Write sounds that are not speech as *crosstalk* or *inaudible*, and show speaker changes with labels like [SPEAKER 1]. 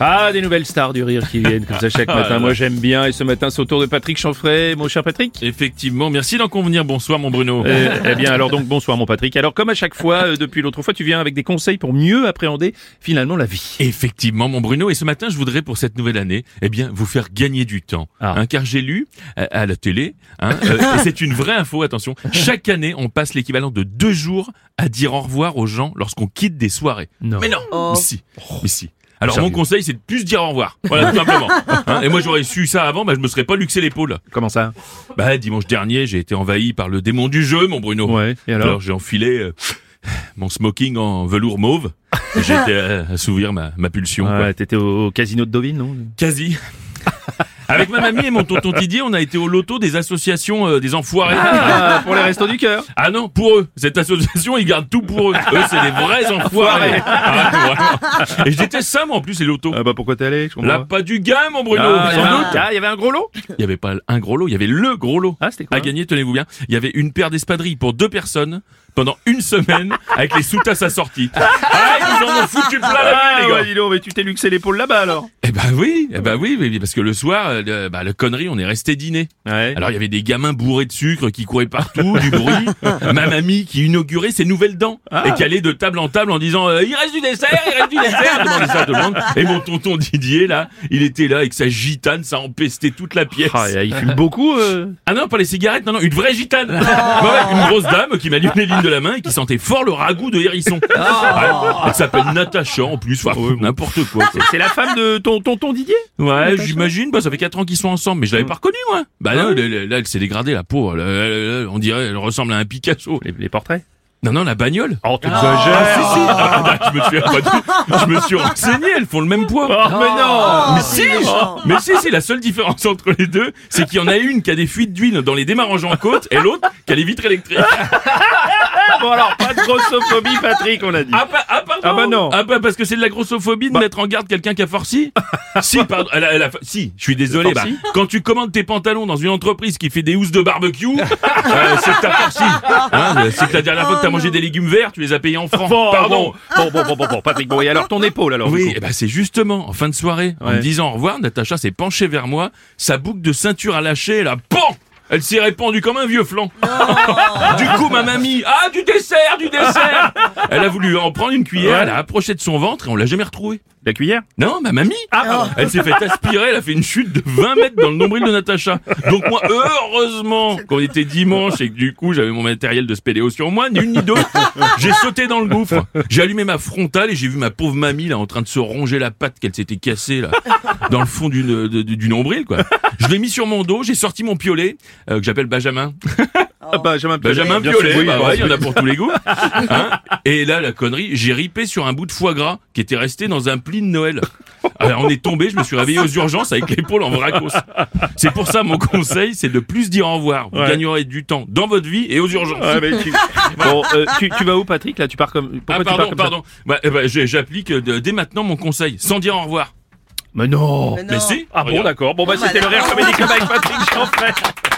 [SPEAKER 1] ah, des nouvelles stars du rire qui viennent comme ça *laughs* chaque matin. Moi, j'aime bien. Et ce matin, c'est au tour de Patrick Chanfray. Mon cher Patrick.
[SPEAKER 2] Effectivement, merci d'en convenir. Bonsoir mon Bruno.
[SPEAKER 1] *laughs* Euh, eh bien, alors donc, bonsoir mon Patrick. Alors, comme à chaque fois, euh, depuis l'autre fois, tu viens avec des conseils pour mieux appréhender finalement la vie.
[SPEAKER 2] Euh, Effectivement mon Bruno. Et ce matin, je voudrais pour cette nouvelle année, eh bien, vous faire gagner du temps.
[SPEAKER 1] Ah.
[SPEAKER 2] Hein, car j'ai lu euh, à la télé, hein, euh,
[SPEAKER 1] *laughs*
[SPEAKER 2] et c'est une vraie info, attention, chaque année, on passe l'équivalent de deux jours à dire au revoir aux gens lorsqu'on quitte des soirées.
[SPEAKER 1] Non. Oh.
[SPEAKER 2] Mais non, mais si, mais si. Alors
[SPEAKER 1] Sérieux.
[SPEAKER 2] mon conseil, c'est de plus dire au revoir. Voilà, tout
[SPEAKER 1] *laughs*
[SPEAKER 2] simplement. Hein, et moi, j'aurais su ça avant, bah, je me serais pas luxé l'épaule.
[SPEAKER 1] Comment ça
[SPEAKER 2] Bah, dimanche dernier, j'ai été envahi par le démon du jeu, mon Bruno.
[SPEAKER 1] Ouais, et Oh. alors
[SPEAKER 2] j'ai enfilé euh, mon smoking en velours mauve. Et J'étais euh, à assouvir ma, ma pulsion. quoi.
[SPEAKER 1] Ouais, T'étais au, au casino de Deauville, non
[SPEAKER 2] Quasi. Avec ma mamie et mon tonton Didier, on a été au loto des associations euh, des enfoirés.
[SPEAKER 1] Ah, pour les restos du cœur.
[SPEAKER 2] Ah non, pour eux. Cette association, ils gardent tout pour eux. Eux, c'est des vrais enfoirés. Ah, vraiment. et je déteste ça, moi, en plus, les lotos.
[SPEAKER 1] Ah bah pourquoi t'es allé Je comprends
[SPEAKER 2] Là,
[SPEAKER 1] pas.
[SPEAKER 2] pas du gain, mon Bruno.
[SPEAKER 1] Ah, il
[SPEAKER 2] Sans
[SPEAKER 1] y avait un-
[SPEAKER 2] doute.
[SPEAKER 1] ah, il y avait un gros lot.
[SPEAKER 2] Il y avait pas un gros lot, il y avait le gros lot.
[SPEAKER 1] Ah, c'était quoi
[SPEAKER 2] À gagner, tenez-vous bien. Il y avait une paire d'espadrilles pour deux personnes pendant une semaine avec les sous-tasses assorties. *laughs* Ah, ils nous en ont foutu plein la
[SPEAKER 1] Ah,
[SPEAKER 2] gueule, les gars.
[SPEAKER 1] ouais, dis donc, mais tu t'es luxé l'épaule là-bas alors.
[SPEAKER 2] Eh ben oui, eh ben oui, oui, oui, parce que le soir, euh, le- bah, le connerie, on est resté dîner.
[SPEAKER 1] Ouais.
[SPEAKER 2] Alors il y avait des gamins bourrés de sucre qui couraient partout, du bruit. *laughs* Ma mamie qui inaugurait ses nouvelles dents et qui allait de table en table en disant euh, il reste du dessert, il reste du dessert. *laughs* Elle demandait ça à tout le monde. Et mon tonton Didier là, il était là avec sa gitane, ça empestait toute la pièce.
[SPEAKER 1] Ah, il fume beaucoup. euh.
[SPEAKER 2] Ah non, pas les cigarettes, non, non, une vraie gitane. Ouais, ouais, une grosse dame qui m'a lu les lignes de la main et qui sentait fort le ragoût de hérisson.
[SPEAKER 1] Oh.
[SPEAKER 2] Ouais, elle s'appelle Natacha en plus, enfin, n'importe quoi. quoi.
[SPEAKER 1] C'est la femme de ton tonton Didier
[SPEAKER 2] Ouais, j'imagine, bah, ça fait 4 ans qu'ils sont ensemble, mais je l'avais
[SPEAKER 1] Mm.
[SPEAKER 2] pas reconnue, moi. Bah
[SPEAKER 1] Ah
[SPEAKER 2] non, là, là, elle s'est dégradée, la pauvre. Là, là, là, on dirait, elle ressemble à un Picasso.
[SPEAKER 1] les, les portraits.
[SPEAKER 2] Non, non, la bagnole.
[SPEAKER 1] Oh, tu
[SPEAKER 2] Ah, si, si. Ah, bah, je me suis pas dit. Je me suis renseigné, elles font le même poids.
[SPEAKER 1] Oh,
[SPEAKER 2] Ah.
[SPEAKER 1] mais non
[SPEAKER 2] mais si, mais si, si, la seule différence entre les deux, c'est qu'il y en a une qui a des fuites d'huile dans les démarrages en côte et l'autre qui a les vitres électriques.
[SPEAKER 1] Ah, Bon alors, pas de grossophobie, Patrick, on a dit.
[SPEAKER 2] Ah, bah, ah, pardon.
[SPEAKER 1] Ah bah non. Bah.
[SPEAKER 2] Ah bah parce que c'est de la grossophobie de mettre en garde quelqu'un qui
[SPEAKER 1] *laughs*
[SPEAKER 2] a forci. si pardon. Elle a- elle a- si, je suis désolé. Bah,
[SPEAKER 1] Forci
[SPEAKER 2] quand tu commandes tes pantalons dans une entreprise qui fait des housses de
[SPEAKER 1] *laughs*
[SPEAKER 2] barbecue, euh, c'est que t'as forci. Hein, euh, c'est que la dernière fois que t'as mangé des légumes verts, tu les as payés en francs.
[SPEAKER 1] Bon,
[SPEAKER 2] pardon.
[SPEAKER 1] Bon, bon, bon, bon, bon, Patrick, bon, et alors ton épaule, alors
[SPEAKER 2] Oui,
[SPEAKER 1] du
[SPEAKER 2] eh
[SPEAKER 1] coup
[SPEAKER 2] bah c'est justement en fin de soirée, en
[SPEAKER 1] Ouais.
[SPEAKER 2] me disant au revoir, Natacha s'est penchée vers moi, sa boucle de ceinture à lâcher, la pan Elle s'est répandue comme un vieux flanc. du coup, ma mamie, ah du dessert, du dessert. Elle a voulu en prendre une cuillère,
[SPEAKER 1] Ouais.
[SPEAKER 2] elle a approché de son ventre et on l'a jamais retrouvée.
[SPEAKER 1] La cuillère
[SPEAKER 2] Non, ma mamie
[SPEAKER 1] Ah, pardon.
[SPEAKER 2] Elle s'est fait aspirer, elle a fait une chute de 20 mètres dans le nombril de Natacha. Donc moi, heureusement qu'on était dimanche et que du coup j'avais mon matériel de spéléo sur moi, ni une ni deux, j'ai sauté dans le gouffre. J'ai allumé ma frontale et j'ai vu ma pauvre mamie là en train de se ronger la patte qu'elle s'était cassée là dans le fond d'une de- de- du nombril quoi. Je l'ai mis sur mon dos, j'ai sorti mon piolet euh, que j'appelle Benjamin. Oh.
[SPEAKER 1] Ah, Benjamin Piolet.
[SPEAKER 2] Benjamin
[SPEAKER 1] bien
[SPEAKER 2] Piolet,
[SPEAKER 1] sûr, oui,
[SPEAKER 2] bah
[SPEAKER 1] bon,
[SPEAKER 2] ouais, il y en a pour tous
[SPEAKER 1] *laughs*
[SPEAKER 2] les goûts. Hein et là, la connerie, j'ai ripé sur un bout de foie gras qui était resté dans un pli de Noël. Alors, on est tombé, je me suis réveillé aux urgences avec l'épaule en vracos. C'est pour ça, mon conseil, c'est de plus dire au revoir. Vous
[SPEAKER 1] Ouais.
[SPEAKER 2] gagnerez du temps dans votre vie et aux urgences.
[SPEAKER 1] Ouais, Ah, mais tu... *laughs* Bon, euh, tu, tu vas où, Patrick, là Tu pars comme... Pourquoi
[SPEAKER 2] ah,
[SPEAKER 1] tu pars
[SPEAKER 2] pardon,
[SPEAKER 1] comme
[SPEAKER 2] pardon. Bah, eh ben, j'ai- J'applique euh, dès maintenant mon conseil, sans dire au revoir.
[SPEAKER 1] ça Mais non
[SPEAKER 2] Mais bah, si
[SPEAKER 1] Ah bon,
[SPEAKER 2] regarde.
[SPEAKER 1] d'accord. Bon, bah, c'était le Rire Comédie Club avec Patrick Jean-Frère.